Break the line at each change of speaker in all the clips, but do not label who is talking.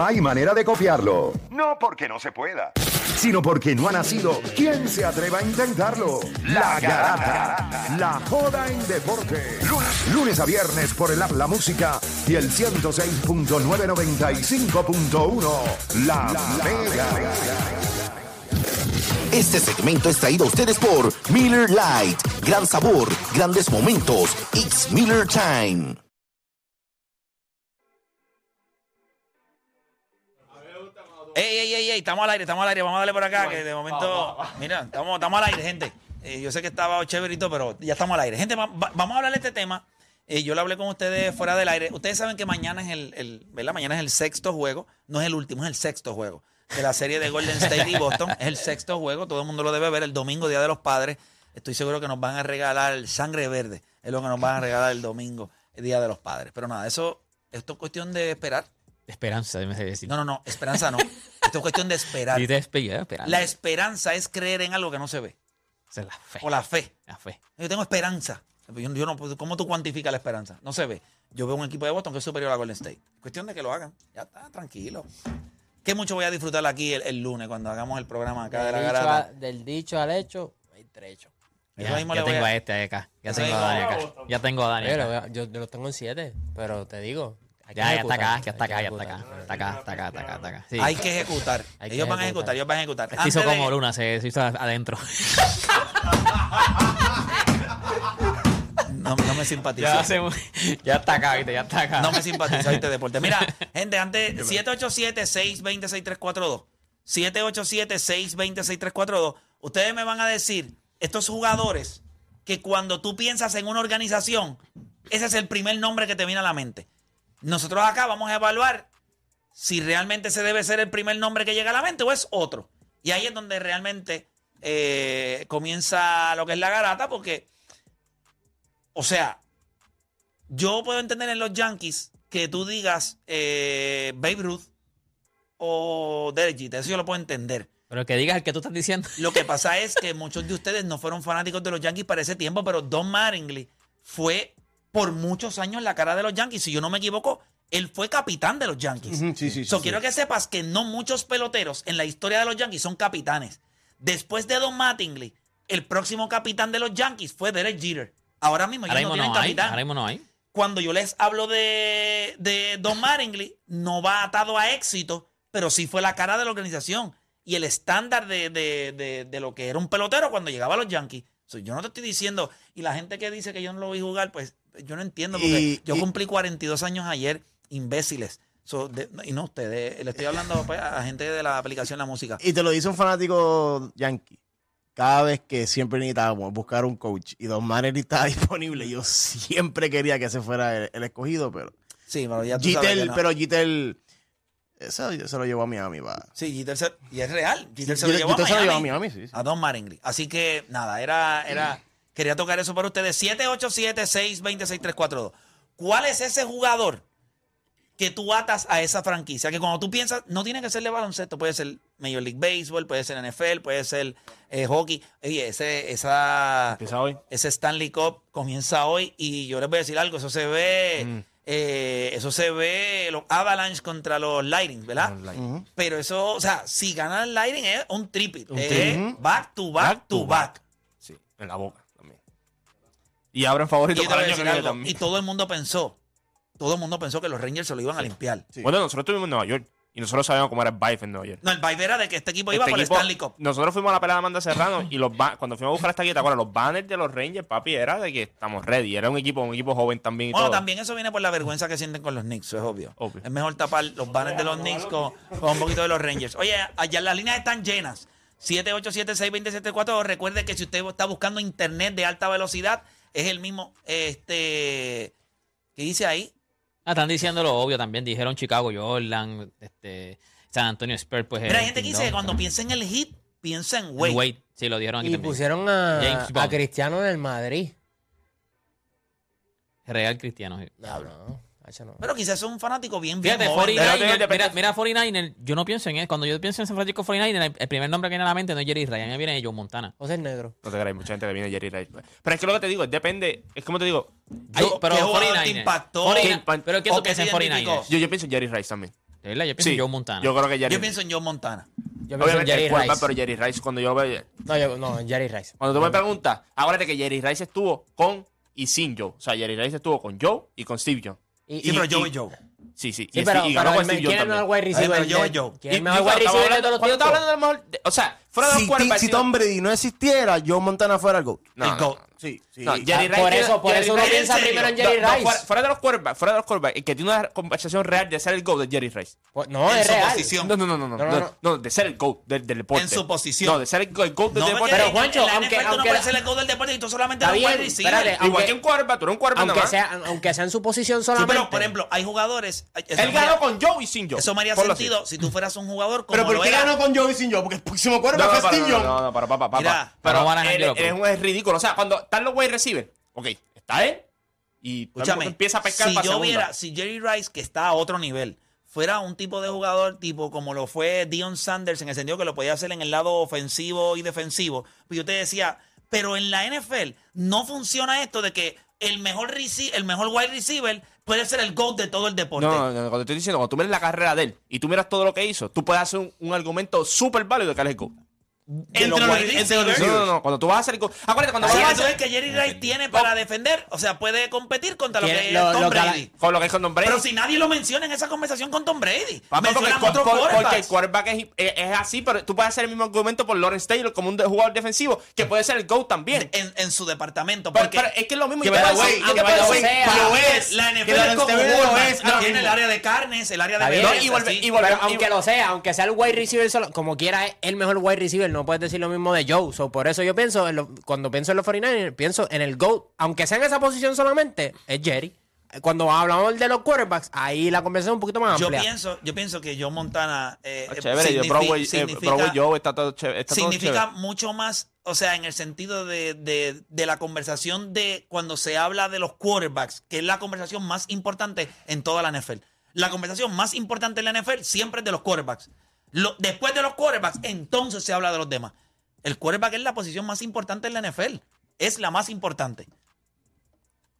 hay manera de copiarlo. No porque no se pueda, sino porque no ha nacido. ¿Quién se atreva a intentarlo? La garata. La joda en deporte. Lunes, lunes a viernes por el app La Música y el 106.995.1. La, Mega.
Este segmento es traído a ustedes por Miller Lite. Gran sabor, grandes momentos. It's Miller Time.
Ey, ey, ey, ey, estamos al aire, estamos al aire, vamos a darle por acá, que de momento, mira, estamos, estamos al aire, gente. Eh, yo sé que estaba chéverito, pero ya estamos al aire. Gente, va- va- vamos a hablar de este tema. Eh, yo lo hablé con ustedes fuera del aire. Ustedes saben que mañana es el, el- ¿verdad? Mañana es el sexto juego, no es el último, es el sexto juego de la serie de Golden State y Boston. Es el sexto juego, todo el mundo lo debe ver el domingo, Día de los Padres. Estoy seguro que nos van a regalar sangre verde, es lo que nos van a regalar el domingo, el Día de los Padres. Pero nada, eso, esto es cuestión de esperar.
Esperanza, debe decir.
Este, No, no, no, esperanza no. Esto es cuestión de esperar.
Sí, te despedí, ¿eh? esperanza.
La esperanza es creer en algo que no se ve.
Esa es la fe.
O la fe.
La fe.
Yo tengo esperanza. Pues Yo, yo no, puedo- ¿Cómo tú cuantificas la esperanza? No se ve. Yo veo un equipo de Boston que es superior a Golden State. Cuestión de que lo hagan. Ya está, tranquilo. Que mucho voy a disfrutar aquí el, el lunes cuando hagamos el programa acá de la
Del dicho
garata.
a- del dicho al hecho, hay trecho.
Eso
Ya,
mismo
ya
le voy
tengo
a-
a este de acá. Ya
Eso
tengo a
mismo.
Dani acá. Ya tengo a Dani
Oye,
acá.
lo voy a- yo, yo los tengo en siete, pero te digo. hay que
Ya, ya está
ejecutar,
acá, ya está
hay que
acá, ya está
ejecutar.
acá. Está acá, está acá, está acá, está acá. Sí.
Hay que ejecutar.
Hay que
ellos van a ejecutar,
ejecutar.
ellos van a ejecutar.
Se hizo
Antes de-
como Luna, se, se hizo adentro.
No, no me simpatiza.
ya, se, ya está acá, viste, ya está acá.
No me simpatiza este deporte. Mira, gente, antes 787-620-6342. 787-620-6342. Ustedes me van a decir, estos jugadores, que cuando tú piensas en una organización, ese es el primer nombre que te viene a la mente. Nosotros acá vamos a evaluar si realmente se debe ser el primer nombre que llega a la mente o es otro. Y ahí es donde realmente eh, comienza lo que es la garata, porque, o sea, yo puedo entender en los Yankees que tú digas eh, Babe Ruth o Derek Jeter, eso yo lo puedo entender.
Pero que digas el que tú estás diciendo.
Lo que pasa es que muchos de ustedes no fueron fanáticos de los Yankees para ese tiempo, pero Don Mattingly fue por muchos años la cara de los Yankees. Si yo no me equivoco, él fue capitán de los Yankees.
Sí, sí, sí,
So,
sí.
quiero que sepas que no muchos peloteros en la historia de los Yankees son capitanes. Después de Don Mattingly, el próximo capitán de los Yankees fue Derek Jeter. Ahora mismo ellos
Ahora
no
mismo
tienen
no hay.
capitán
Ahora mismo no hay.
cuando yo les hablo de, de Don Mattingly, no va atado a éxito, pero sí fue la cara de la organización y el estándar de, de- de- de lo que era un pelotero cuando llegaba a los Yankees. So, yo no te estoy diciendo, y la gente que dice que yo no lo vi jugar, pues yo no entiendo, porque
Y-
yo
y-
cumplí 42 años ayer, imbéciles. So, de- y no ustedes, le estoy hablando pues, a gente de la aplicación La Música.
Y te lo dice un fanático yankee. Cada vez que siempre necesitábamos buscar un coach y Don Maneri estaba disponible, yo siempre quería que ese fuera el, el escogido, pero.
Sí, pero ya tú sabes que
Jeter,
no.
pero Jeter. Ese se lo llevó a Miami, va.
Sí, Jeter se- y es real. Jeter se lo
Jeter-
llevó a
Jeter se lo llevó a
Miami.
Miami, sí. sí.
a Don Maringly. Así que nada, era, era, quería tocar eso para ustedes. 787-626-342. ¿Cuál es ese jugador que tú atas a esa franquicia? Que cuando tú piensas, no tiene que ser de baloncesto, puede ser Major League Baseball, puede ser NFL, puede ser eh, hockey. Oye, ese, esa, ese Stanley Cup comienza hoy y yo les voy a decir algo, eso se ve, eh, eso se ve los Avalanche contra los Lightning, ¿verdad?
Ujú.
Pero eso, o sea, si gana el Lightning es un triple.
Un
es
triple.
back to back,
Back
to
to
back.
Sí, en la boca también. Y abran favorito
Y, yo te
para
voy a
el año que
decir
viene
algo, y
también.
todo el mundo pensó, todo el mundo pensó que los Rangers se lo iban a limpiar.
Sí.
Bueno, nosotros estuvimos en Nueva York y nosotros sabíamos cómo era el vibe en Nueva York.
No, el vibe era de que este equipo iba
Este
por
equipo-
el Stanley Cup.
Nosotros fuimos a la pelea de Amanda Serrano y los ba- cuando fuimos a buscar esta guía, ¿te acuerdas? Los banners de los Rangers, papi, era de que estamos ready. Era un equipo, un equipo joven también y
Bueno,
todo.
también eso viene por la vergüenza que sienten con los Knicks, eso es obvio.
Obvio.
Es mejor tapar los banners de los Knicks con, con un poquito de los Rangers. Oye, allá las líneas están llenas. 787-620-74. Recuerde que si usted está buscando internet de alta velocidad, es el mismo, este, ¿qué dice ahí?
Ah, están diciendo lo obvio también. Dijeron Chicago, Jordan, este, San Antonio Spurs, pues.
Mira,
eh,
hay gente que
Tim
dice que
Duncan.
cuando piensa en el hit, piensa en
Wade.
Wade.
Sí, lo dieron aquí
Y
también.
pusieron a,
James
a
Bond.
Cristiano en el Madrid.
Real Cristiano. sí.
No, no, hacho, no.
Pero quizás es un fanático bien, bien
Fíjate,
joven. Pero-
49er,
Espérate,
mira,
espérate.
mira 49er, yo no pienso en él. Cuando yo pienso en San Francisco 49er, el, el primer nombre que viene a la mente no es Jerry Ryan, me viene Joe Montana.
José el Negro.
No te creas, hay mucha gente que viene de Jerry Rice. Pero es que lo que te digo, depende, es como te digo,
Yo- ¿qué jugador te
49er?
impactó?
49er,
¿Qué impa-
pero ¿qué
o
tú
qué te
piensas en
identificó?
49ers?
yo, yo pienso en Jerry Rice también.
De verdad, yo pienso en Joe Montana.
Yo creo que Jerry
Yo pienso en Joe Montana.
Yo pienso en
Obviamente
Jerry
el quarterback,
Rice.
pero Jerry Rice, cuando yo lo veo.
No, yo, no, en Jerry Rice.
Cuando tú me preguntas, acuérdate que Jerry Rice estuvo con y sin Joe. O sea, Jerry Rice estuvo con Joe y con Steve Jones.
Y,
Sí,
y-
pero
y-
Joe es Joe.
Sí, sí.
sí,
y,
pero, pero
y ganó con
el- ¿quién
Steve Jones
es el
también.
mejor wide receiver?
Ay, pero
de-
Joe es Joe.
¿Quién es
Y-
el
y-
mejor wide
estamos
receiver de
hablando-
todos
cuando
los
estamos
tiempos?
hablando del mejor- de- O sea, fuera de los
Si, ti-
quarterbacks.
si Tom Brady no existiera, Joe Montana fuera el GOAT.
No,
El
no,
GOAT.
no.
Sí, sí.
No, Jerry
Ah,
Rice
por
tiene-
eso- por
Jerry
eso uno
Rice-
piensa
serio?
primero en Jerry Rice.
fuera, fuera de los quarterbacks, fuera de los quarterbacks, el que tiene una conversación real de ser el GOAT de Jerry Rice.
Pues, No,
en
es
su
real.
posición.
No, no, no, no, no,
No, no,
no,
no.
no, de ser el GOAT del, del deporte.
En su posición.
No, de ser el, go- el GOAT del
No me
deporte.
quieres decir
Pero,
que
Juancho,
en la
aunque-
NFL tú no
aunque
puedes
la-
ser el gol del deporte y tú solamente
Está
eres un
bien,
wide receiver.
espérate,
Igual
aunque-
que un quarterback, tú eres un quarterback
Aunque
nomás.
sea, aunque sea en su posición
Sí,
solamente.
pero, por ejemplo, hay jugadores. ay, Eso,
Él
me haría-
ganó con Joe y sin Joe.
eso me haría
Ponlo así.
sentido si tú fueras un jugador como
Pero ¿por
lo
qué
era-
ganó con Joe y sin Joe? Porque el próximo cuerpo
No,
fue
no, para,
Steve
no,
Young.
no, no, para, para, para,
Mira,
para.
para
Pero
Juan
él-
Angelo,
él es un es ridículo. O sea, cuando están los wide receiver, ok, está él y todo el mundo
Escúchame,
empieza a pescar
si
para
yo
segunda.
viera, si Jerry Rice, que está a otro nivel, fuera un tipo de jugador tipo como lo fue Dion Sanders, en el sentido que lo podía hacer en el lado ofensivo y defensivo, pues yo te decía, pero en la NFL no funciona esto de que el mejor, reci- el mejor wide receiver puede ser el GOAT de todo el deporte.
No, no, no, cuando te estoy diciendo, cuando tú miras la carrera de él y tú miras todo lo que hizo, tú puedes hacer un, un argumento súper válido de que él es el GOAT.
entre los wide receivers.
No, no, no, cuando tú vas a hacer el GOAT. Acuérdate, cuando
Así
vas a
que tú
hacer
ves que Jerry Rice tiene para defender, o sea, puede competir contra lo
Tiene-
que
lo-
es Tom
lo que-
Brady.
con lo que es con Tom Brady.
Pero si nadie lo menciona en esa conversación con Tom Brady,
Papá, porque,
mencionan
el
otros
cu- por- porque el
quarterbacks.
quarterback es, es- es así, pero tú puedes hacer el mismo argumento por Lawrence Taylor como un de- jugador defensivo que puede ser el GOAT también.
en, en su departamento.
Pero,
Porque
pero eh, es que es lo mismo.
Que
yo te
by the
voy a
way,
decir-
que
yo te
by the
voy a
way,
decir-
lo
es.
la NFL
que
es como
Lawrence Taylor lo
Walmart.
es,
Ah,
lo
tiene el
mismo.
área de carnes, el área de
Está bien.
verduras,
No, y volve-
sí.
y volve-
Pero
y-
aunque lo sea, aunque sea el wide receiver, solo- como quiera, es el mejor wide receiver. No puedes decir lo mismo de Joe. So, por eso yo pienso, en lo- cuando pienso en los 49ers, pienso en el GOAT. Aunque sea en esa posición solamente, es Jerry. Cuando hablamos de los quarterbacks, ahí la conversación es un poquito más
yo
amplia.
pienso, yo pienso que Joe Montana eh,
Ah,
eh,
Chévere, yo,
signifi-
Broadway, eh,
significa,
Broadway Joe está todo chévere. Está todo
significa
chévere.
mucho más, o sea, en el sentido de, de- de la conversación de cuando se habla de los quarterbacks, que es la conversación más importante en toda la NFL. La conversación más importante en la NFL siempre es de los quarterbacks. Lo- después de los quarterbacks, entonces se habla de los demás. El quarterback es la posición más importante en la NFL. Es la más importante.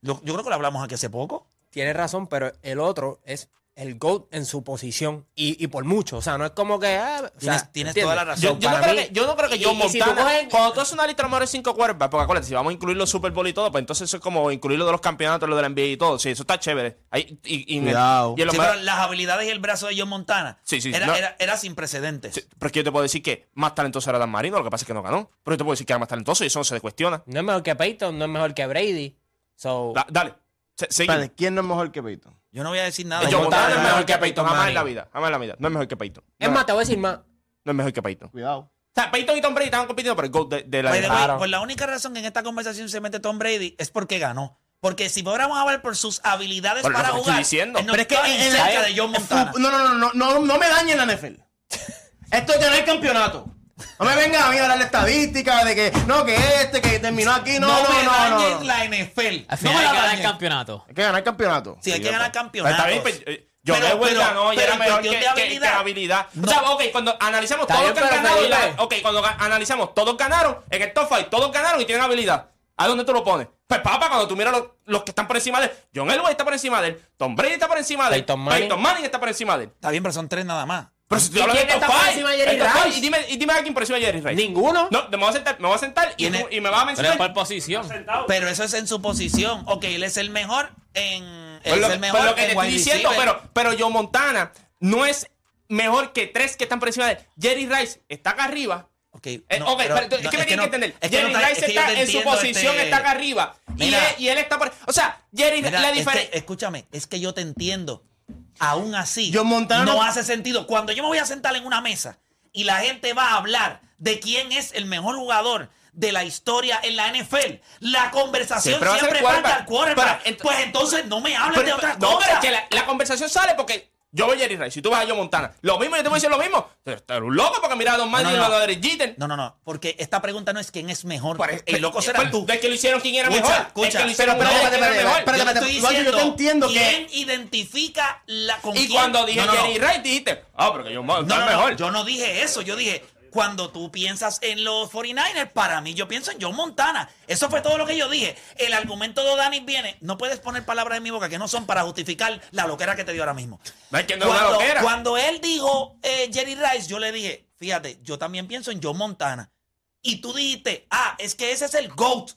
Yo, yo creo que lo hablamos aquí hace poco.
Tienes razón, pero el otro es el GOAT en su posición. Y, y por mucho. O sea, no es como que. ah, o sea,
Tienes- tienes
¿entiendes?
toda la razón.
Yo, yo no
para
creo
mí-
que, yo no creo que
y-
Joe
y si tú
Montana.
coges-
cuando tú haces una lista de los mejores cinco quarterbacks, porque acuérdate, si vamos a incluir los Super Bowl y todo, pues entonces eso es como incluir lo de los campeonatos, lo de la NBA y todo. Sí, eso está chévere. Ahí, y, y en el-
Cuidado.
y en los
Sí,
más-
pero las habilidades y el brazo de John Montana
Sí, sí,
era,
no.
era- era sin precedentes.
Sí, pero es que yo te puedo decir que más talentoso era Dan Marino, lo que pasa es que no ganó. Pero yo te puedo decir que era más talentoso y eso no se le cuestiona.
No es mejor que Peyton, no es mejor que Brady. So,
Da- dale. Se- sigue.
Espérate, ¿Quién no es mejor que Peyton?
Yo no voy a decir
Eh,
nada.
Joe
Montana
Montana
no
es mejor que Peyton. Jamás en
Manning.
la vida. Jamás en la vida. No es mejor que Peyton.
es
No,
más, te voy a decir más.
No es mejor que Peyton. O
Cuidado.
sea, Peyton y Tom Brady estaban compitiendo por el GOAT de, de la
By the way,
NBA.
Claro.
pues la única razón que en esta conversación se mete Tom Brady es porque ganó. Porque si fuéramos a hablar por sus habilidades
Por lo
para
que te
jugar,
estoy diciendo.
él no
Pero es que
está ni
en la-
cerca de John Montana.
Fu- No, no, no, no, no, no me dañen la NFL. Esto es tener campeonato. No me vengan a mí a hablar de estadística, de que no, que este, que terminó aquí. No, no,
me
no, no.
dañen la NFL.
Al
no
final
me la
hay que ganar el
dañen.
campeonato.
Hay que ganar campeonato.
Sí, hay que ganar campeonatos.
Está bien, pues, eh, yo
Pero-
me
pero-
vuelta, no, ya
pero
era
en
mejor que,
cuestión
que-
de
que
habilidad,
habilidad.
no.
O sea, ok, cuando analizamos
Está
todos los
bien,
que han
pero
ganado, y la-
Felipe.
ok, cuando ga- analizamos, todos ganaron en el top 5, todos ganaron y tienen habilidad. ¿A dónde tú lo pones? Pues papá, cuando tú miras los, los que están por encima de él, John Elway está por encima de él, Tom Brady está por encima de él,
Peyton Manning.
Peyton Manning está por encima de él.
Está bien, pero son tres nada más.
Pero si tú
¿Y
hablas de
quién
top
está por
five,
encima de Jerry
el top five,
Rice?
y dime, y dime a quién por encima de Jerry Rice.
Ninguno.
No, me voy a sentar, me voy a sentar y,
¿Quién es?
tú- y me vas a
Pero es por
mencionar.
posición.
Pero eso es en su posición. Ok, él es el mejor en.
Pues
él
lo,
es el
pues
mejor
lo que
en
te estoy
wide
diciendo,
receiver.
pero, pero Joe Montana no es mejor que tres que están por encima de él. Jerry Rice está acá arriba.
Ok,
Eh,
no,
ok,
pero-
pero tú- es
no,
que me tienes
no-
que entender.
es que no
Jerry
está-
Rice
es que yo
está
te
en su
entiendo,
posición,
este-
está acá arriba. Y él,
Mira.
y él está por. O sea, Jerry
Mira, este,
la
es
diferencia.
que- escúchame, es que yo te entiendo. Aún así,
John Montana
no
no-
hace sentido. Cuando yo me voy a sentar en una mesa y la gente va a hablar de quién es el mejor jugador de la historia en la NFL, la conversación
Siempre va a ser
siempre
quarterback.
falta al quarterback.
Pero ent-
pues entonces no me hablen
Pero-
de otras
no, pero
cosas.
es que la, la conversación sale porque yo veo a Jerry Rice y tú vas a Joe Montana. Lo mismo, yo te voy a decir lo mismo. Pero Tú eres un loco porque mira a Don Manning
No,
y
no,
a
no.
Derek Jeter.
No, no, no, porque esta pregunta no es quién es mejor.
Pare-
el loco será
pues,
tú.
Es que lo hicieron quien era
Escucha,
mejor. Es
escucha.
que lo hicieron
Pero
quién
espérate,
era
espérate,
mejor.
espérate, espérate,
Yo estoy
Juancho, yo te
diciendo
entiendo que-
quién identifica la con
Y
quién-
cuando dije
No, no, no.
Jerry Rice, dijiste, ah, pero que yo
No, no, no,
mejor.
yo no dije eso, yo dije Cuando tú piensas en los 49ers, para mí yo pienso en John Montana. Eso fue todo lo que yo dije. El argumento de Danis viene, no puedes poner palabras en mi boca que no son para justificar la loquera que te dio ahora mismo.
No es que no es una
cuando,
loquera.
cuando él dijo eh, Jerry Rice, yo le dije, fíjate, yo también pienso en John Montana. Y tú dijiste, ah, es que ese es el GOAT.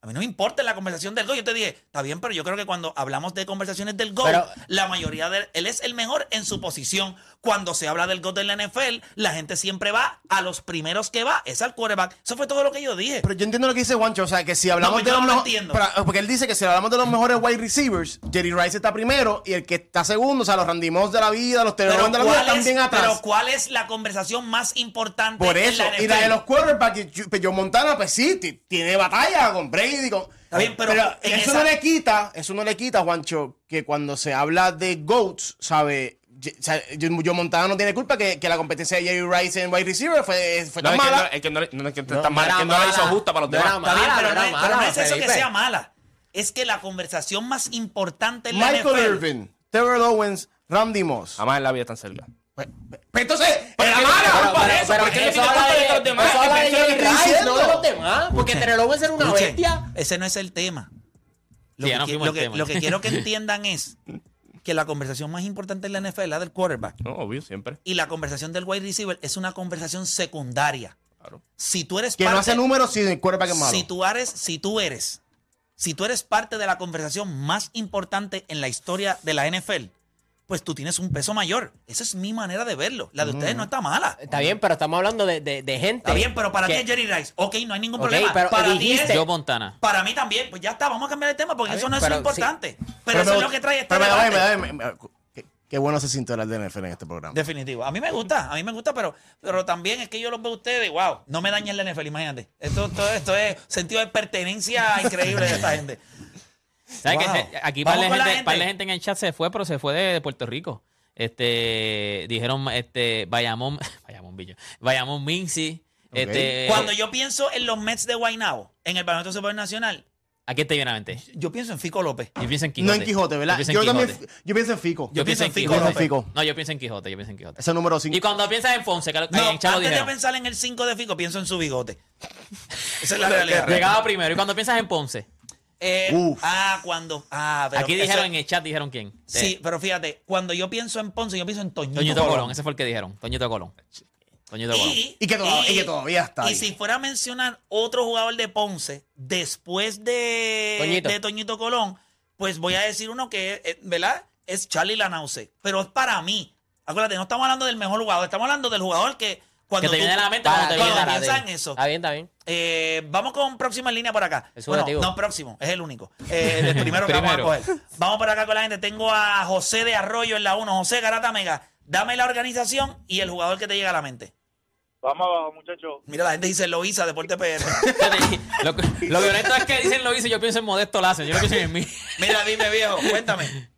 A mí no me importa la conversación del GOAT. Yo te dije, está bien, pero yo creo que cuando hablamos de conversaciones del GOAT,
Pero-
la mayoría de él es el mejor en su posición. Cuando se habla del GOAT del NFL, la gente siempre va a los primeros que va, es al quarterback. Eso fue todo lo que yo dije.
Pero yo entiendo lo que dice Juancho, o sea, que si hablamos
No,
de
yo
los
no lo
mejo-
entiendo.
para- porque él dice que si hablamos de los mejores wide receivers, Jerry Rice está primero y el que está segundo, o sea, los Randy Moss de la vida, los Terry Owens de la vida
¿cuál
están
es-
bien
pero
atrás.
¿cuál es la conversación más importante
Por
en
eso,
la
y la de
NFL?
los quarterbacks, y yo- pues, Joe Montana, pues sí, ti- tiene batalla con Brady, con...
Está bien, pero en
eso
esa-
no le quita, eso no le quita, Juancho, que cuando se habla de GOATs, sabe, Ye- o sea, Joe Joe Montana no tiene culpa que, que la competencia de Jerry Rice en wide receiver fue, fue
No,
tan
es que
mala.
no- es que no le- no es que
No,
tan mal,
no
es que
era
no la hizo
mala.
justa para los
No
demás.
era
Está bien,
Mala,
pero,
pero
no, es-
era
pero no
mala,
es eso que
Felipe.
sea mala. Es que la conversación más importante en la
Michael
NFL.
Irvin, Terrell Owens, Randy Moss.
Jamás en la vida tan cerca.
Pues, pues, entonces, era
pero-
mala.
pero-
Para
pero-
eso,
pero-
porque
pero-
eso-
eso habla de,
de los demás.
eso habla de
Eso es lo que
Jerry Rice,
estoy
no de
diciendo.
los demás. Porque
Escuchen.
Terrell Owens era una
Escuchen,
bestia.
Ese no es el tema. Lo,
Sí, ya
que,
nos
qui-
fuimos
lo
al
que-
tema.
lo que quiero que entiendan es que la conversación más importante en la NFL es la del quarterback.
No, obvio, siempre.
Y la conversación del wide receiver es una conversación secundaria.
Claro.
Si tú eres
Que no
parte-
hace números si el quarterback es malo.
si tú eres, si tú eres, si tú eres parte de la conversación más importante en la historia de la NFL, pues tú tienes un peso mayor. Esa es mi manera de verlo. La de ustedes no está mala.
Está bien, pero estamos hablando de, de, de gente.
Está bien, pero para ti
que-
es Jerry Rice. Ok, no hay ningún
Ok,
problema.
pero
para ti
dijiste-
es-
Joe Montana.
Para mí también. Pues ya está, vamos a cambiar el tema porque
Está
eso
bien,
no es lo
pero
importante. Pero, eso
me
es lo
gusta-
que trae este
pero me-
debate.
me- me- me- me- qué- Qué bueno se sintió hablar de NFL en este programa.
Definitivo. A mí me gusta, a mí me gusta, pero, pero también es que yo los veo a ustedes, wow, no me dañen la NFL, imagínate. Esto, todo esto es sentido de pertenencia increíble de esta gente.
¿Sabes
Wow.
qué? Se- Aquí
Vamos
par de,
con la
gente,
gente.
par de gente en el chat se fue, pero se fue de, de Puerto Rico. Este, dijeron, este, Bayamón, Bayamón Villa, Bayamón Mincy.
Eh,
Este,
Cuando yo pienso en los Mets de Guaynabo, en el Parlamento Supernacional,
Aquí estoy bien a la mente.
yo pienso en Fico López.
Yo pienso en Quijote.
no en Quijote, ¿verdad?
Yo pienso en
Yo también
Quijote.
yo pienso en Fico.
Yo pienso en
pienso
Quijote.
en
Fico.
No, yo pienso en Quijote, yo pienso en Quijote.
Ese número 5.
Y cuando piensas en Fonse, que lo-
No,
en Chavo
antes de
dijeron,
pensar en el 5 de Fico, pienso en su bigote. Esa es la realidad.
llegaba primero. Y cuando piensas en Ponce,
Eh,
Uf.
ah, cuando. Ah, pero
aquí
eso-
dijeron en el chat, dijeron quién. Eh,
Sí, pero fíjate, cuando yo pienso en Ponce, yo pienso en Toñito,
Toñito
Colón.
Colón. ese fue el que dijeron. Toñito Colón. Toñito Colón.
Y,
Y que toda- y que todavía está
Y
ahí.
si fuera a mencionar otro jugador de Ponce después de
Toñito.
de Toñito Colón, pues voy a decir uno que, eh, ¿verdad? Es Charlie Lanause. Pero es para mí. Acuérdate, no estamos hablando del mejor jugador, estamos hablando del jugador que
Que
cuando
te
tú- Ah,
viene a la mente
Para
cuando te
ti,
viene a
cuando
la mente.
piensas en eso.
Está bien, está bien.
Eh, vamos con próxima línea por acá.
Es
Bueno,
subjetivo.
no próximo, es el único. Eh, el primero que
Primero.
vamos a coger. Vamos por acá con la gente. Tengo a José de Arroyo en la 1. José Garata Mega, dame la organización y el jugador que te llega a la mente.
Vamos abajo, muchachos.
Mira, la gente dice Loiza, Deporte PR.
lo, que- lo que honesto es que dicen lo hice, yo pienso en Modesto Lazo, yo no pienso en mí.
Mira, dime viejo, cuéntame.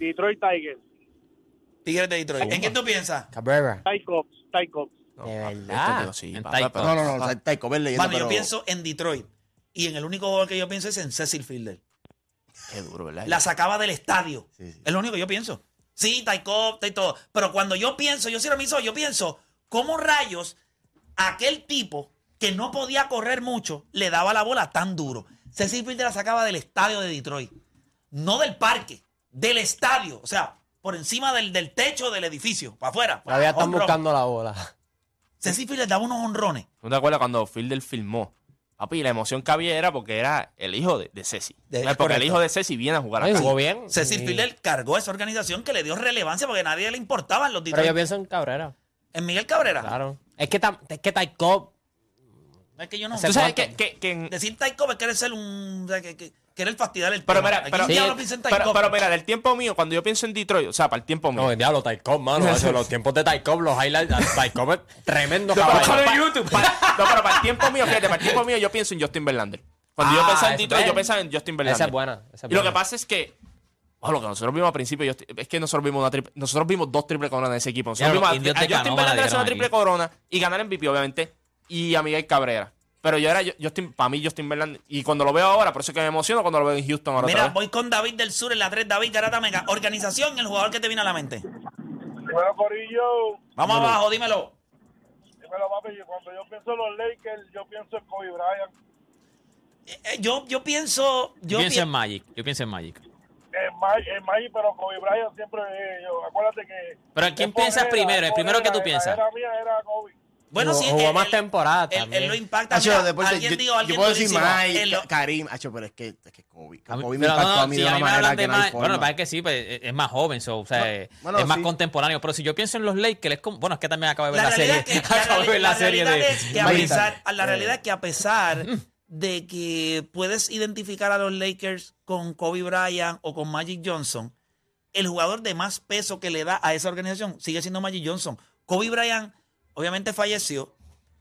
Detroit Tigers.
Tigres de Detroit. ¿En qué tú piensas?
Cabrera.
Ty Cobbs, Ty Cobbs.
De
Yo te
verdad.
digo, sí,
en
papá,
Taiko.
pero-
No, no, no, o sea, Taiko, ver leyendo,
Mano, yo
pero-
pienso en Detroit. Y en el único jugador que yo pienso es en Cecil Fielder.
Qué duro, ¿verdad?
La sacaba del estadio.
Sí, sí.
Es lo único que yo pienso. Sí, Taikopta y todo. Pero cuando yo pienso, yo soy yo pienso, ¿cómo rayos aquel tipo que no podía correr mucho le daba la bola tan duro? Cecil Fielder la sacaba del estadio de Detroit. No del parque, del estadio. O sea, por encima del, del techo del edificio, para afuera.
Todavía están
Home run.
buscando la bola.
Cecil Fielder daba unos honrones
¿No te acuerdas cuando Fielder filmó? Papi, la emoción que había era porque era el hijo de, de Ceci.
De-
No, es porque
correcto.
el hijo de Ceci viene a jugar
Ay,
acá.
jugó bien.
Cecil
Sí.
Fielder cargó esa organización que le dio relevancia porque a nadie le importaban los
Pero yo
Detroit.
pienso en Cabrera.
En Miguel Cabrera.
Claro. Es que, tam- es que Ty Cobb-
Es que yo no
O sea,
¿Tú sabes
¿Cuánto?
que, que- que en-
Decir Taiko es querer ser un. o sea, que, que- querer fastidiar el
Pero
tema.
mira,
Aquí
pero,
un diablo
pero-
piensa en Ty
pero,
Cobb.
pero mira, del tiempo mío, cuando yo pienso en Detroit, o sea, para el tiempo mío.
No, el diablo, Ty Cobb, mano. Eso, los tiempos de Ty Cobb, los highlights. Ty Cobb es tremendo
No, pero
caballo.
para- para- no, pero para el tiempo mío, fíjate, para el tiempo mío yo pienso en Justin Verlander. Cuando yo
Ah,
pensaba en
esa-
Detroit, yo pensaba en Justin Verlander.
Esa es buena. esa es
Y lo que
buena.
pasa es que. oh, lo que nosotros vimos al principio, yo estoy- es que nosotros vimos, una triple- nosotros vimos dos triple coronas de ese equipo. Nosotros
Ya,
vimos a,
los indios
a
de
Justin
Canóvana
Verlander hacer
dieron
una triple
aquí.
corona y ganar en MVP, obviamente, y a Miguel Cabrera. Pero yo era yo- Justin, para mí Justin Verlander. Y cuando lo veo ahora, por eso es que me emociono cuando lo veo en Houston ahora.
Mira,
otra vez.
voy con David del Sur en la 3. David Garata Mega. Organización, el jugador que te vino a la mente.
Bueno, Corillo,
Vamos abajo, dímelo.
dímelo, Pero papi, yo- cuando yo pienso en los Lakers, yo pienso en Kobe Bryant,
Eh, eh, Yo, yo pienso. Yo
Yo pienso en
pien-
Magic. Yo pienso en Magic.
en May, en May, pero Kobe Bryant siempre, eh, yo- acuérdate que...
Pero ¿en quién
Esponera,
piensas primero? El primero que tú
esponera,
piensas.
La era mía era Kobe.
Bueno,
Jugó-
sí. eh,
jugó
él-
más
él-
temporadas
él-
también.
Él lo impacta.
Hacho,
mira,
deporte,
alguien
yo,
digo,
yo
alguien
puedo decir
durísimo.
Mike, Ah,
Él lo-
Karim, Hacho, pero es que, es que Kobe,
A mí-
Kobe me
pero
impactó
no,
a mí
si
de
a
una
mí me
manera
hablan
que
de
no hay
más- Bueno, lo que pasa
forma.
es que sí, pues, es- es más joven, so, o sea,
No,
es-
bueno,
es más
sí.
contemporáneo. Pero si yo pienso en los Lakers, que es como. Bueno, es que también acabo de ver
La
la,
realidad
serie.
es que-
acabo de ver la,
la
serie
realidad
de. Eh.
es que a
Mike
pesar-
Tyson.
la realidad es que a pesar de que puedes identificar a los Lakers con Kobe Bryant o con Magic Johnson, el jugador de más peso que le da a esa organización sigue siendo Magic Johnson. Kobe Bryant obviamente falleció,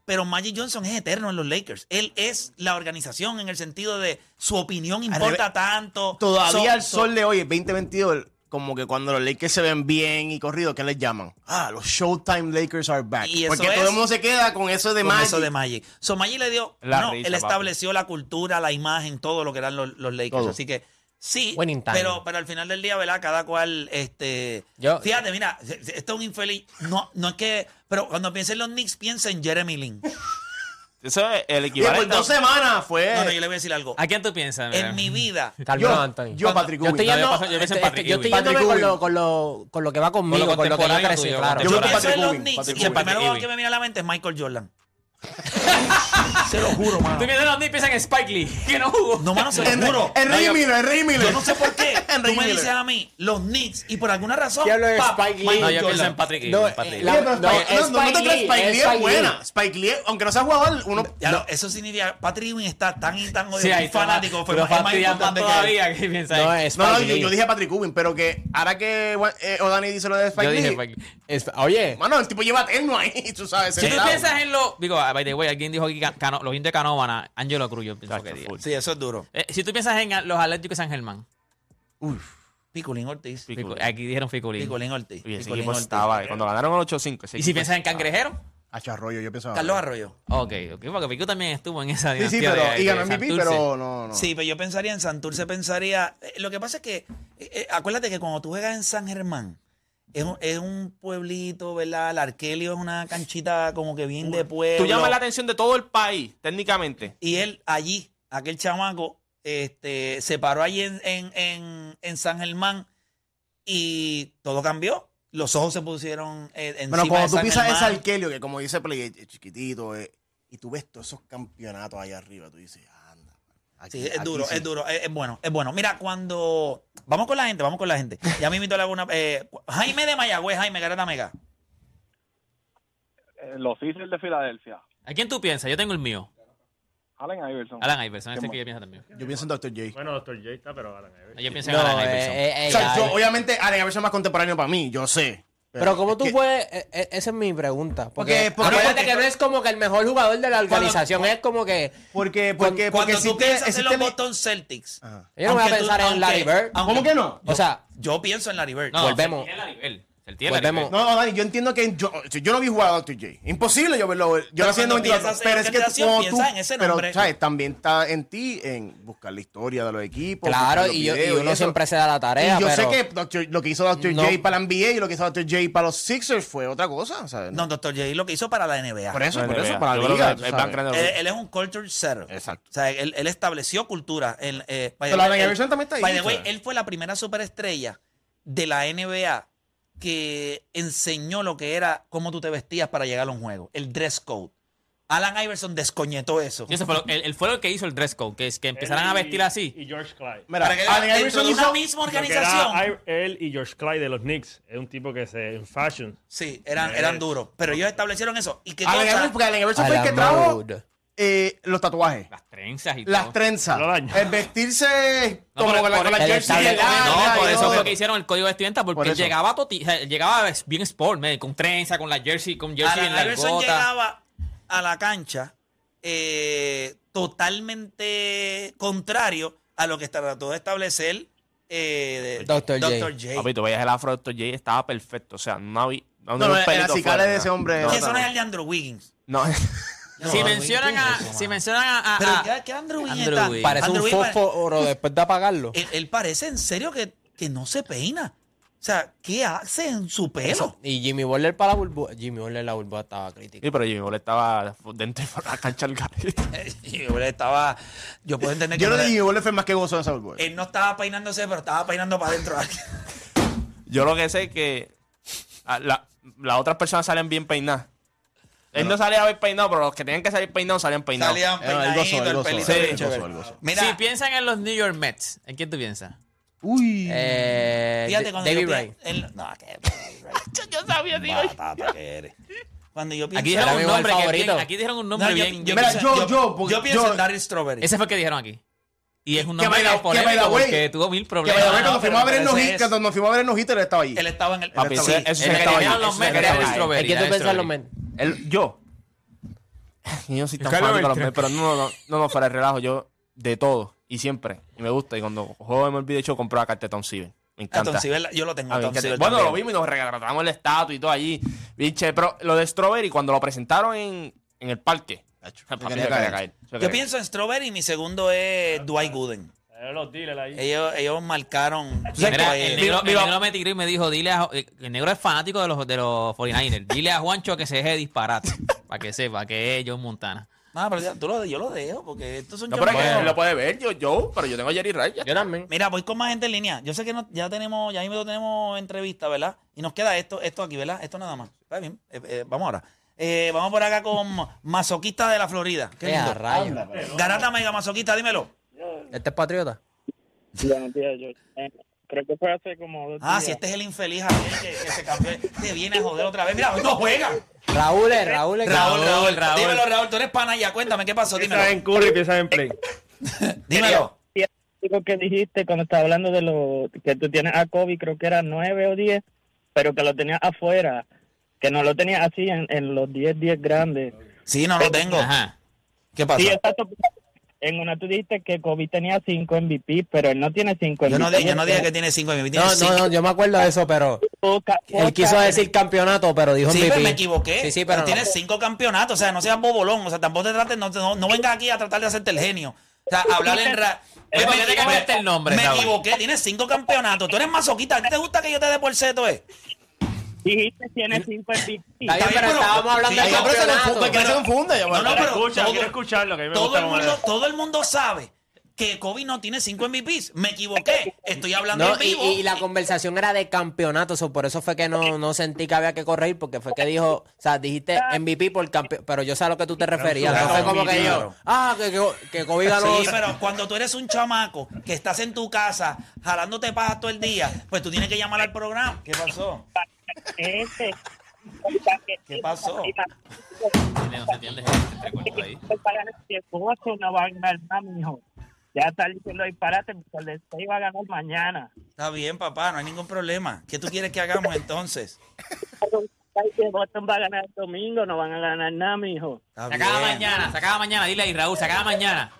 pero Magic Johnson es eterno en los Lakers. Él es la organización en el sentido de su opinión importa tanto.
Todavía
So-
al sol de hoy, el 2022, como que cuando los Lakers se ven bien y corridos, ¿qué les llaman? Ah, los Showtime Lakers are back.
Y eso
Porque
es-
todo el mundo se queda con eso de
con
Magic.
eso de Magic. So Magic le dio.
La
no,
risa,
él
papi.
estableció la cultura, la imagen, todo lo que eran los, los Lakers.
Todo.
Así que sí,
Winning time.
pero, pero al final del día, ¿verdad? Cada cual, este.
Yo-
fíjate, mira, esto es un infeliz. No, no es que. Pero cuando piensen en los Knicks, piensa en Jeremy Lin.
Eso es el
y por
equivalente.
dos semanas fue.
No, no, yo le voy a decir algo.
¿A quién tú piensas? mira?
En mi vida.
Carmelo Anthony.
yo, yo, Patrick
Yo estoy
No,
Ewing.
yo
yendo,
paso- yo pienso en
este-
Patrick
yo estoy
Ewing.
yéndome
Patrick
con lo,
Ewing.
con, lo, con lo que va conmigo, con lo que yo
contemporáneo
crecí,
tuyo,
claro.
Yo
Yo
creo que
pienso
Patrick
en los
Ewing,
Knicks
Patrick
y el
Ewing.
primer jugador
Patrick
que me viene a la mente es Michael Jordan.
Se lo juro, mano.
Tú piensas en los Knicks, piensas en Spike Lee, que no jugó.
No, mano, se lo
Enrique
juro.
Enrique Miller, Enrique
Yo
Miller.
no sé por qué.
Henry
Tú me
Miller.
dices a mí, los Knicks, y por alguna razón.
Te hablo de
pa,
Spike Lee.
Michael
No, yo pienso
Jordan.
en Patrick Ewing,
No,
en Patrick
eh,
Ewing.
la-
Oye, pero
no,
Spike-
es
no, no, no te creas,
Spike Lee,
Spike Lee
es
es
Spike
buena.
Lee.
Spike Lee, aunque no sea jugador, uno.
Ya lo- eso significa. Patrick Ewing está tan y tan
Sí,
odioso,
ahí
un fanático. Fue
pero
más, es más
fastidiando
importante que él.
todavía. ¿Qué piensas?
No,
ahí?
es
No, no,
Spike
yo,
Lee.
yo dije Patrick Ewing, pero que ahora que eh, O'Dani dice lo de Spike
Yo dije
Lee,
Spike Lee.
Es- Oye,
Mano, el tipo lleva terno ahí, tú sabes.
Si tú
sentado.
piensas en los. Digo, ah, by the way, alguien dijo aquí Ca- Cano- los indios de Canóvana, Angelo Cruz, yo pienso que diga.
Sí, eso es duro.
Eh, si tú piensas en ah, los Atléticos de San Germán,
Piculín Ortiz.
Ficu- aquí dijeron Ficulín.
Piculín Ortiz.
Y ese
Piculín
equipo
Ortiz.
estaba. eh, Cuando ganaron el 8-5. ese
Y si
equipo
piensas en Cangrejero,
Hacho Arroyo, yo pienso.
Carlos Arroyo.
ok, ok, porque Picu también estuvo en esa
Sí, sí,
dinastía
pero.
de-
Y ganó
de
MVP,
Santurce.
pero no, no.
Sí, pero yo pensaría en Santurce, pensaría. eh, Lo que pasa es que, eh, eh, acuérdate que cuando tú juegas en San Germán, es un, es un pueblito, ¿verdad? El Arquelio es una canchita como que bien de pueblo.
Tú llamas la atención de todo el país, técnicamente.
Y él allí, aquel chamaco, este, se paró allí en, en- en- en San Germán y todo cambió. Los ojos se pusieron eh, encima
Bueno,
de
cuando tú
San
pisas ese
Germán.
arquelio, que como dice Play, es chiquitito, eh, y tú ves todos esos campeonatos allá arriba, tú dices, anda. aquí-
Sí, es
aquí
duro,
sí.
es duro, es, es bueno, es bueno. Mira, cuando... Vamos con la gente, vamos con la gente. Ya me invito a alguna... Eh, Jaime de Mayagüez, Jaime Garata Mega.
Eh, los Sixers de Filadelfia.
¿A quién tú piensas? Yo tengo el mío.
Allen Iverson.
Alan Iverson, ese que yo pienso también.
Yo pienso en Dr. J.
Bueno, Dr. J está, pero Alan Iverson.
Yo pienso en
no,
Alan
eh,
Iverson.
eh, eh,
O sea,
ya,
yo,
eh.
obviamente, Allen Iverson es más contemporáneo para mí, yo sé.
Pero como tú
es que-
puedes, eh, eh, esa es mi pregunta. Porque,
Porque- porque-
acuérdate que no es como que el mejor jugador de la organización, es como que...
Porque, Eh, porque, porque
Cuando tú
existe-
piensas en los
existe-
Boston Celtics...
Ajá.
Yo no voy a
aunque tú-
pensar en Larry
aunque-
Bird.
aunque-
¿Cómo que no?
O sea,
Yo pienso en Larry Bird.
No,
volvemos.
Celtier Laribel, Celtier
Volvemos.
Laribel.
No, no, Dani, yo entiendo que yo, yo no vi jugar a Dr. J. Imposible yo verlo. Yo
Pero
lo haciendo
cuando
24.
piensas en
Pero es que
organización,
cuando
piensas en ese
pero,
nombre.
¿sabes? También está en ti en buscar la historia de los equipos.
claro,
buscar los
y, yo- y
videos
uno
eso.
siempre se da la tarea,
Y yo
pero-
sé que Dr. lo que hizo Dr. J
No.
para la NBA y lo que hizo Dr. J para los Sixers fue otra cosa, ¿sabes?
No, Dr. J lo que hizo para la NBA.
por eso,
No,
por
no,
eso,
no,
para
yo
la
creo
liga.
que
tú
es
sabes.
background de-
él, él es un culture setter.
Exacto.
O sea, él, él estableció cultura. En, eh, by the
Pero
way,
Allen
él-
Iverson también está ahí,
by the way,
¿sabes?
él fue la primera superestrella de la NBA que enseñó lo que era cómo tú te vestías para llegar a un juego, el dress code. Alan Iverson descoñetó eso.
Sí, eso fue lo- él, él fue el que hizo el dress code, que, es que empezaran
Él
a
y-
vestir así.
Y George Clyde.
Mira,
Para que
Allen
dentro
Iverson
de una
hizo.
misma
Lo que era
organización.
I- él y George Clyde de los Knicks. Es un tipo que se. En fashion. Eh,
Sí, eran, eran duros. Pero ellos establecieron eso. Y que
Allen Iverson, porque Allen Iverson
A
fue el
la
que trajo
mode.
eh, los tatuajes.
Las trenzas y
Las
todo.
trenzas.
Lo daño.
El vestirse
No,
como
pero-
con la,
por-
con la
el
jersey.
estable-
de la-
No,
la-
por
y
eso
todo.
fue que hicieron el código de estudiantes, porque
Por
él
eso.
llegaba, toti- o sea, él llegaba bien sport, man, con trenza, con la jersey, con jersey en
Alan
la
Iverson
gota.
llegaba a la cancha eh, totalmente contrario a lo que trató de establecer eh, de-
Dr. J.
Papi, tú veías el afro de Dr. J estaba perfecto. O sea, no había. No,
No,
había
no,
un
el
pelito
acicale
fuera,
de
¿no?
ese hombre,
Que
No,
eso
no,
no es el de Andrew Wiggins.
no.
Si mencionan a, si mencionan a, a-
Pero
a-
¿qué- qué Ah, Andrew Wiggins
Andrew
está?
Wiggins.
parece
Andrew
un
Wiggins pare-
Eh, fósforo después de apagarlo.
Él, él parece en serio que, que no se peina. O sea, ¿qué hace en su pelo?
Y Jimmy Butler para la burbuja. Jimmy Butler la burbuja estaba crítica.
Sí, pero Jimmy Butler estaba dentro de la cancha del garete.
Y eh, yo le estaba. Yo puedo entender que.
Yo no
no le-
dije que fue más que gozo en esa burbuja.
él no estaba peinándose, pero estaba peinando para adentro.
Yo lo que sé es que a- la- las otras personas salen bien peinadas. Él no salía a ver peinado, pero los que tenían que salir peinados salían peinados.
Salían
Eh, el
peinaditos,
gozo, el
el
gozo,
pelito.
el
bien
gozo,
chévere.
el gozo.
Mira,
Si piensan en los New York Mets, ¿en quién tú piensas?
Uy.
Eh,
Fíjate
Da-
cuando
David
yo pi-
Ray.
el- no, que David Ray.
Yo sabía, tío.
Patata que eres. Cuando yo pienso.
Aquí
Era
dijeron
mi
un
gol
nombre. que
favorito.
bien- Aquí dijeron un nombre
No, yo-
bien.
yo
Mira,
pienso-
yo- yo, porque
yo pienso
yo-
en Darryl Strawberry.
Ese fue el que dijeron aquí. Y es un
Que
nombre bien
by the- que by the
polémico
way-
porque tuvo mil
Que vaya,
problemas.
no,
cuando
no,
fuimos a ver el
pero ese
Noji-
es-
cuando nos fuimos a ver el Nojito, él estaba allí.
Él estaba en el.
Papi,
Estaba- sí.
ese- ese
El
sí
que
estaba
dijeron
ahí,
los
ese
Mets,
sí estaba
Darryl
ahí.
Strawberry.
¿En quién tú
Darryl
piensas en los
Strawberry.
men?
Él- yo. Yo soy tan
Carlos
fanático de los Mets, pero no, no, no, no, fuera de relajo. Yo de todo y siempre. Y me gusta. Y cuando juego me olvidé, yo compraba carta de Tom Seaver.
Ah,
Me encanta.
Tom Sibel, yo lo tengo.
A mí me
Tom
encanta.
Sibel
bueno,
también.
lo vimos y nos regalamos el estatua y todo allí. Biche, pero lo de Strawberry, cuando lo presentaron en, en el parque, papi,
quería
se quería
caer.
caer, se
Yo
quería caer.
pienso en Strawberry y mi segundo es Dwight Gooden.
Salieron los dealers ahí.
Ellos, ellos marcaron.
Mira,
Mira,
el
eh,
negro, el
mira.
negro me tiró y me dijo, dile a, eh, el negro es fanático de los, de los 49ers. Dile a Juancho que se deje de disparate. para que sepa que es John Montana.
no, pero ya, tú lo, yo lo dejo porque estos son
No, pero es que
chamacos.
él lo puede ver, yo, yo, pero yo tengo a Jerry Rice. ya.
Yo también.
Mira, voy con más gente en línea. Yo sé que no- ya tenemos, ya mismo tenemos entrevista, ¿verdad? Y nos queda esto, esto aquí, ¿verdad? Esto nada más. Está bien. Eh, eh, vamos ahora. Eh, vamos por acá con Masoquista de la Florida. Qué
Eh, a
lindo.
rayos.
Garata Mega Masoquista, dímelo.
¿Este es patriota?
Buenos días, yo eh, creo que fue hace como dos
Ah,
días.
si este es el infeliz Javier que, que se cambió. Te viene a joder otra vez. Mira, hoy no juega.
Raúl, eh, Raúl. eh,
Raúl, Raúl,
Raúl.
Dímelo, Raúl, tú eres pana ya. Cuéntame, ¿qué pasó?
Piensas
Dímelo.
en Curry, piensas en Play.
Dímelo.
Digo que dijiste cuando estaba hablando de lo que tú tienes a Kobe, creo que era nueve o diez, pero que lo tenías afuera, que no lo tenías así en, en los 10, 10 grandes.
Sí, no lo tengo.
Ajá.
¿Qué pasó?
Sí, exacto. En una tú dijiste que Kobe tenía 5 MVP, pero él no tiene 5 MVP.
Yo no, di- yo no dije que tiene 5 MVP, tiene
No, no,
cinco.
no, yo me acuerdo de eso, pero
Poca- poca-
él quiso decir campeonato, pero dijo
Sí,
MVP.
pero me equivoqué.
Sí, sí, pero no.
tienes cinco campeonatos, o sea, no seas bobolón, o sea, tampoco te trates, no, no, no vengas aquí a tratar de hacerte el genio. O sea, hablar en ra...
Oye, ¿por qué
me-
te cambiaste
me-
el nombre,
Me
Raúl?
equivoqué, tienes cinco campeonatos. Tú eres masoquista, ¿a ti te gusta que yo te dé por seto, eh?
Dijiste tiene 5 MVP.
Está bien, pero estábamos hablando
sí,
del
pero se
campeonato.
¿Por qué se confunde?
No, no, pero
Escucha,
todo-
quiero escucharlo, que a mí me
todo
gusta
el
cómo
mundo,
le-
todo el mundo sabe que Kobe no tiene cinco MVPs. Me equivoqué, estoy hablando
No,
en
y,
vivo.
y la conversación era de campeonato, so, por eso fue que no, no sentí que había que correr, porque fue que dijo, o sea, dijiste
Ah.
MVP por campeón, pero yo sé a lo que tú te referías.
claro,
no fue como que
claro.
yo, ah, que, que, que Kobe ganó.
Sí, pero cuando tú eres un chamaco que estás en tu casa jalándote paja todo el día, pues tú tienes que llamar al programa. ¿Qué pasó?
Este.
¿Qué pasó?
No se entiende este cuento ahí.
pues, Que Boston no va a ganar nada, mijo. Ya está diciendo disparate, porque el State va a ganar mañana.
Está bien, papá, no hay ningún problema. ¿Qué tú quieres que hagamos entonces?
Ay, que Boston va a ganar el domingo, no van a ganar nada, mijo.
Está
Se acaba
bien.
mañana, se acaba mañana. Dile ahí, Raúl, se acaba mañana.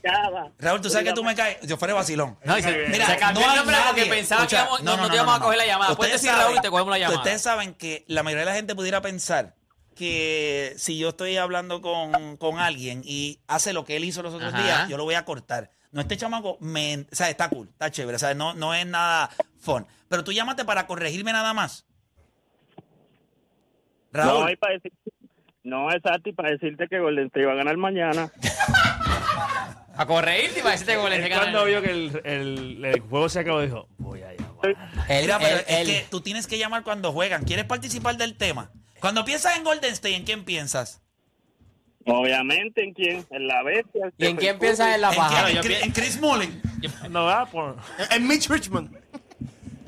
Acaba.
Raúl, tú sabes que tú me caes. Yo fuera vacilón.
No, y se,
Mira,
se
no
cambió el
hay
nombre porque
nadie.
pensaba
Escucha,
que íbamos- no, no te íbamos a coger la llamada. Puedes
Ustedes
decir, Raúl, y te cogemos la llamada.
Ustedes saben que la mayoría de la gente pudiera pensar que si yo estoy hablando con, con alguien y hace lo que él hizo los otros
Ajá.
días, yo lo voy a cortar. No, este chamaco, me, o sea, está cool, está chévere, o sea, no, no es nada fun. Pero tú llámate para corregirme nada más. Raúl,
No, y para decir, no, exacto, y para decirte que Golden State va a ganar mañana.
A correírte y para decirte que goles de
Él cuando vio que el, el, el juego se acabó, dijo, voy a llamar.
Él-
Mira, pero
él-
es
él-
que tú tienes que llamar cuando juegan. ¿Quieres participar del tema? Cuando piensas en Golden State, ¿en quién piensas?
Obviamente, ¿en quién? En la bestia.
¿Y en quién piensas en la
¿En,
paja?
quién?
Ah, pues, yo
¿En Chris-
pi-
en Chris Mullin.
No va por.
En Mitch Richmond.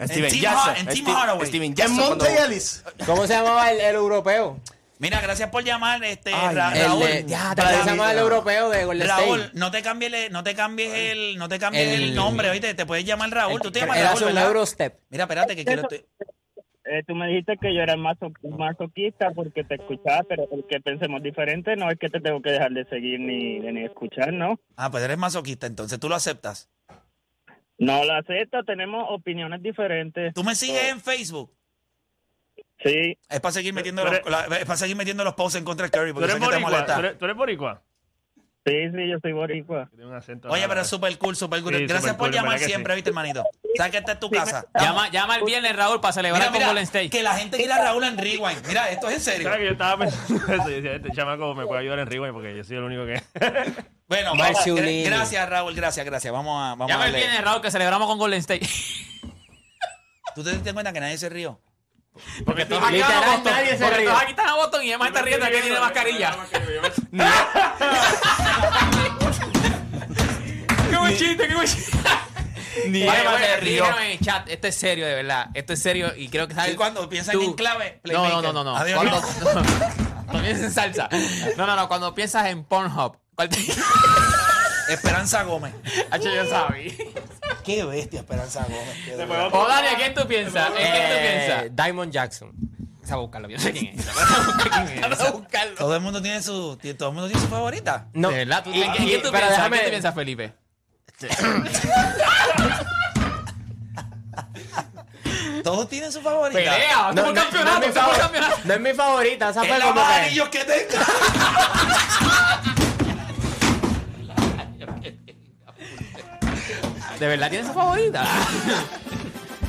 Steven
Tim
Jackson.
Har- en Tim
Steve-
Hardaway.
Steven
En
Jackson. cuando-
Monte Ellis.
¿Cómo se llamaba el, el europeo?
Mira, gracias por llamar, este
Ay,
Ah,
Ra-
El
Raúl.
de, ya, ¿te
Ra-
acuerdas que se llamaba el europeo de Golden
Raúl,
State?
no te cambies, el- no te cambies el, no te cambies el,
El-
nombre, oíste, te puedes llamar Raúl. tú te llamas
Él
Raúl,
hace un
¿verdad?
Eurostep.
Mira, espérate que quiero. estoy-
Eh, tú me dijiste que yo era el maso- masoquista porque te escuchaba, pero porque pensemos diferente no es que te tengo que dejar de seguir ni, ni escuchar, ¿no?
Ah, pues eres masoquista, entonces tú lo aceptas.
No lo acepto, tenemos opiniones diferentes.
Tú me sigues en Facebook.
Sí,
Es para seguir metiendo
Tú
los,
Eh, eres-
la- es para seguir metiendo los posts en contra de Curry
¿Tú
porque sé
eres
que te
boricua?
molesta.
¿Tú eres, tú eres boricua?
Sí, sí, yo soy boricua.
Tiene un acento
Oye,
raro.
pero super cool, super cool.
Sí,
Gracias
súper
por
cool,
llamar
¿verdad que
siempre,
sí?
¿viste, hermanito? ¿Sabes que esta es tu casa?
Llama, llama el viernes, Raúl, para celebrar
Mira,
con
mira,
Golden State.
que la gente quiere a Raúl en Rewind. Mira, esto es en serio.
¿Sabes que yo estaba pensando eso? Yo decía, este chamaco me puede ayudar en Rewind porque yo soy el único que.
Bueno, vamos,
Marciulini.
gra- gracias, Raúl, gracias, gracias. Vamos a, vamos a
Llama el
darle.
viernes, Raúl, que celebramos con Golden State.
¿Tú te diste cuenta que nadie se rió?
Porque todos
aquí
aquí están
Literal,
a Boston.
están a Boston. nadie se
Porque
rió.
todos aquí están a Boston y Emma está riendo que tiene mascarilla. ¡Qué buen chiste, qué buen chiste! Ni
Emma se rió.
chat, esto es serio, de verdad. Esto es serio y creo que...
Y cuando piensan
Tú-
en clave,
No, no,
playmaker.
no, no. no.
Adiós.
Cuando, cuando piensas en salsa. No, no, no. Cuando piensas en Pornhub. ¿Cuál te...
Esperanza Gómez.
Hacho, yo sabía.
Qué bestia, Esperanza Gómez. qué dura.
O Dani, ¿a quién tú piensas? ¿En quién tú piensas?
Eh, Diamond Jackson.
Vamos a buscarlo, yo sé quién es. Vamos a buscarlo.
Todo el mundo tiene su, tiene- todo el mundo tiene su favorita.
No.
De verdad, ¿tú,
Y-
¿en, quién- en
y-
quién tú
pero
piensas? ¿En
déjame-
quién tú piensas, Felipe?
Todos tienen su favorita.
Pelea, estamos
No,
por
no,
campeonato,
no es mi
estamos por
favor-
campeonato.
No es mi favorita, esa fue
Es la
como
más
que.
anillos que tenga.
¿De verdad tienes su favorita?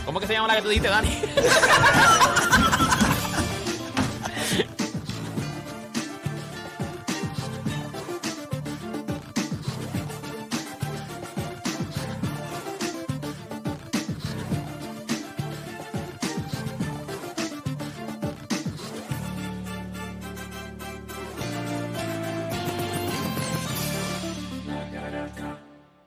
¿Cómo que se llama la que tú dijiste, Dani?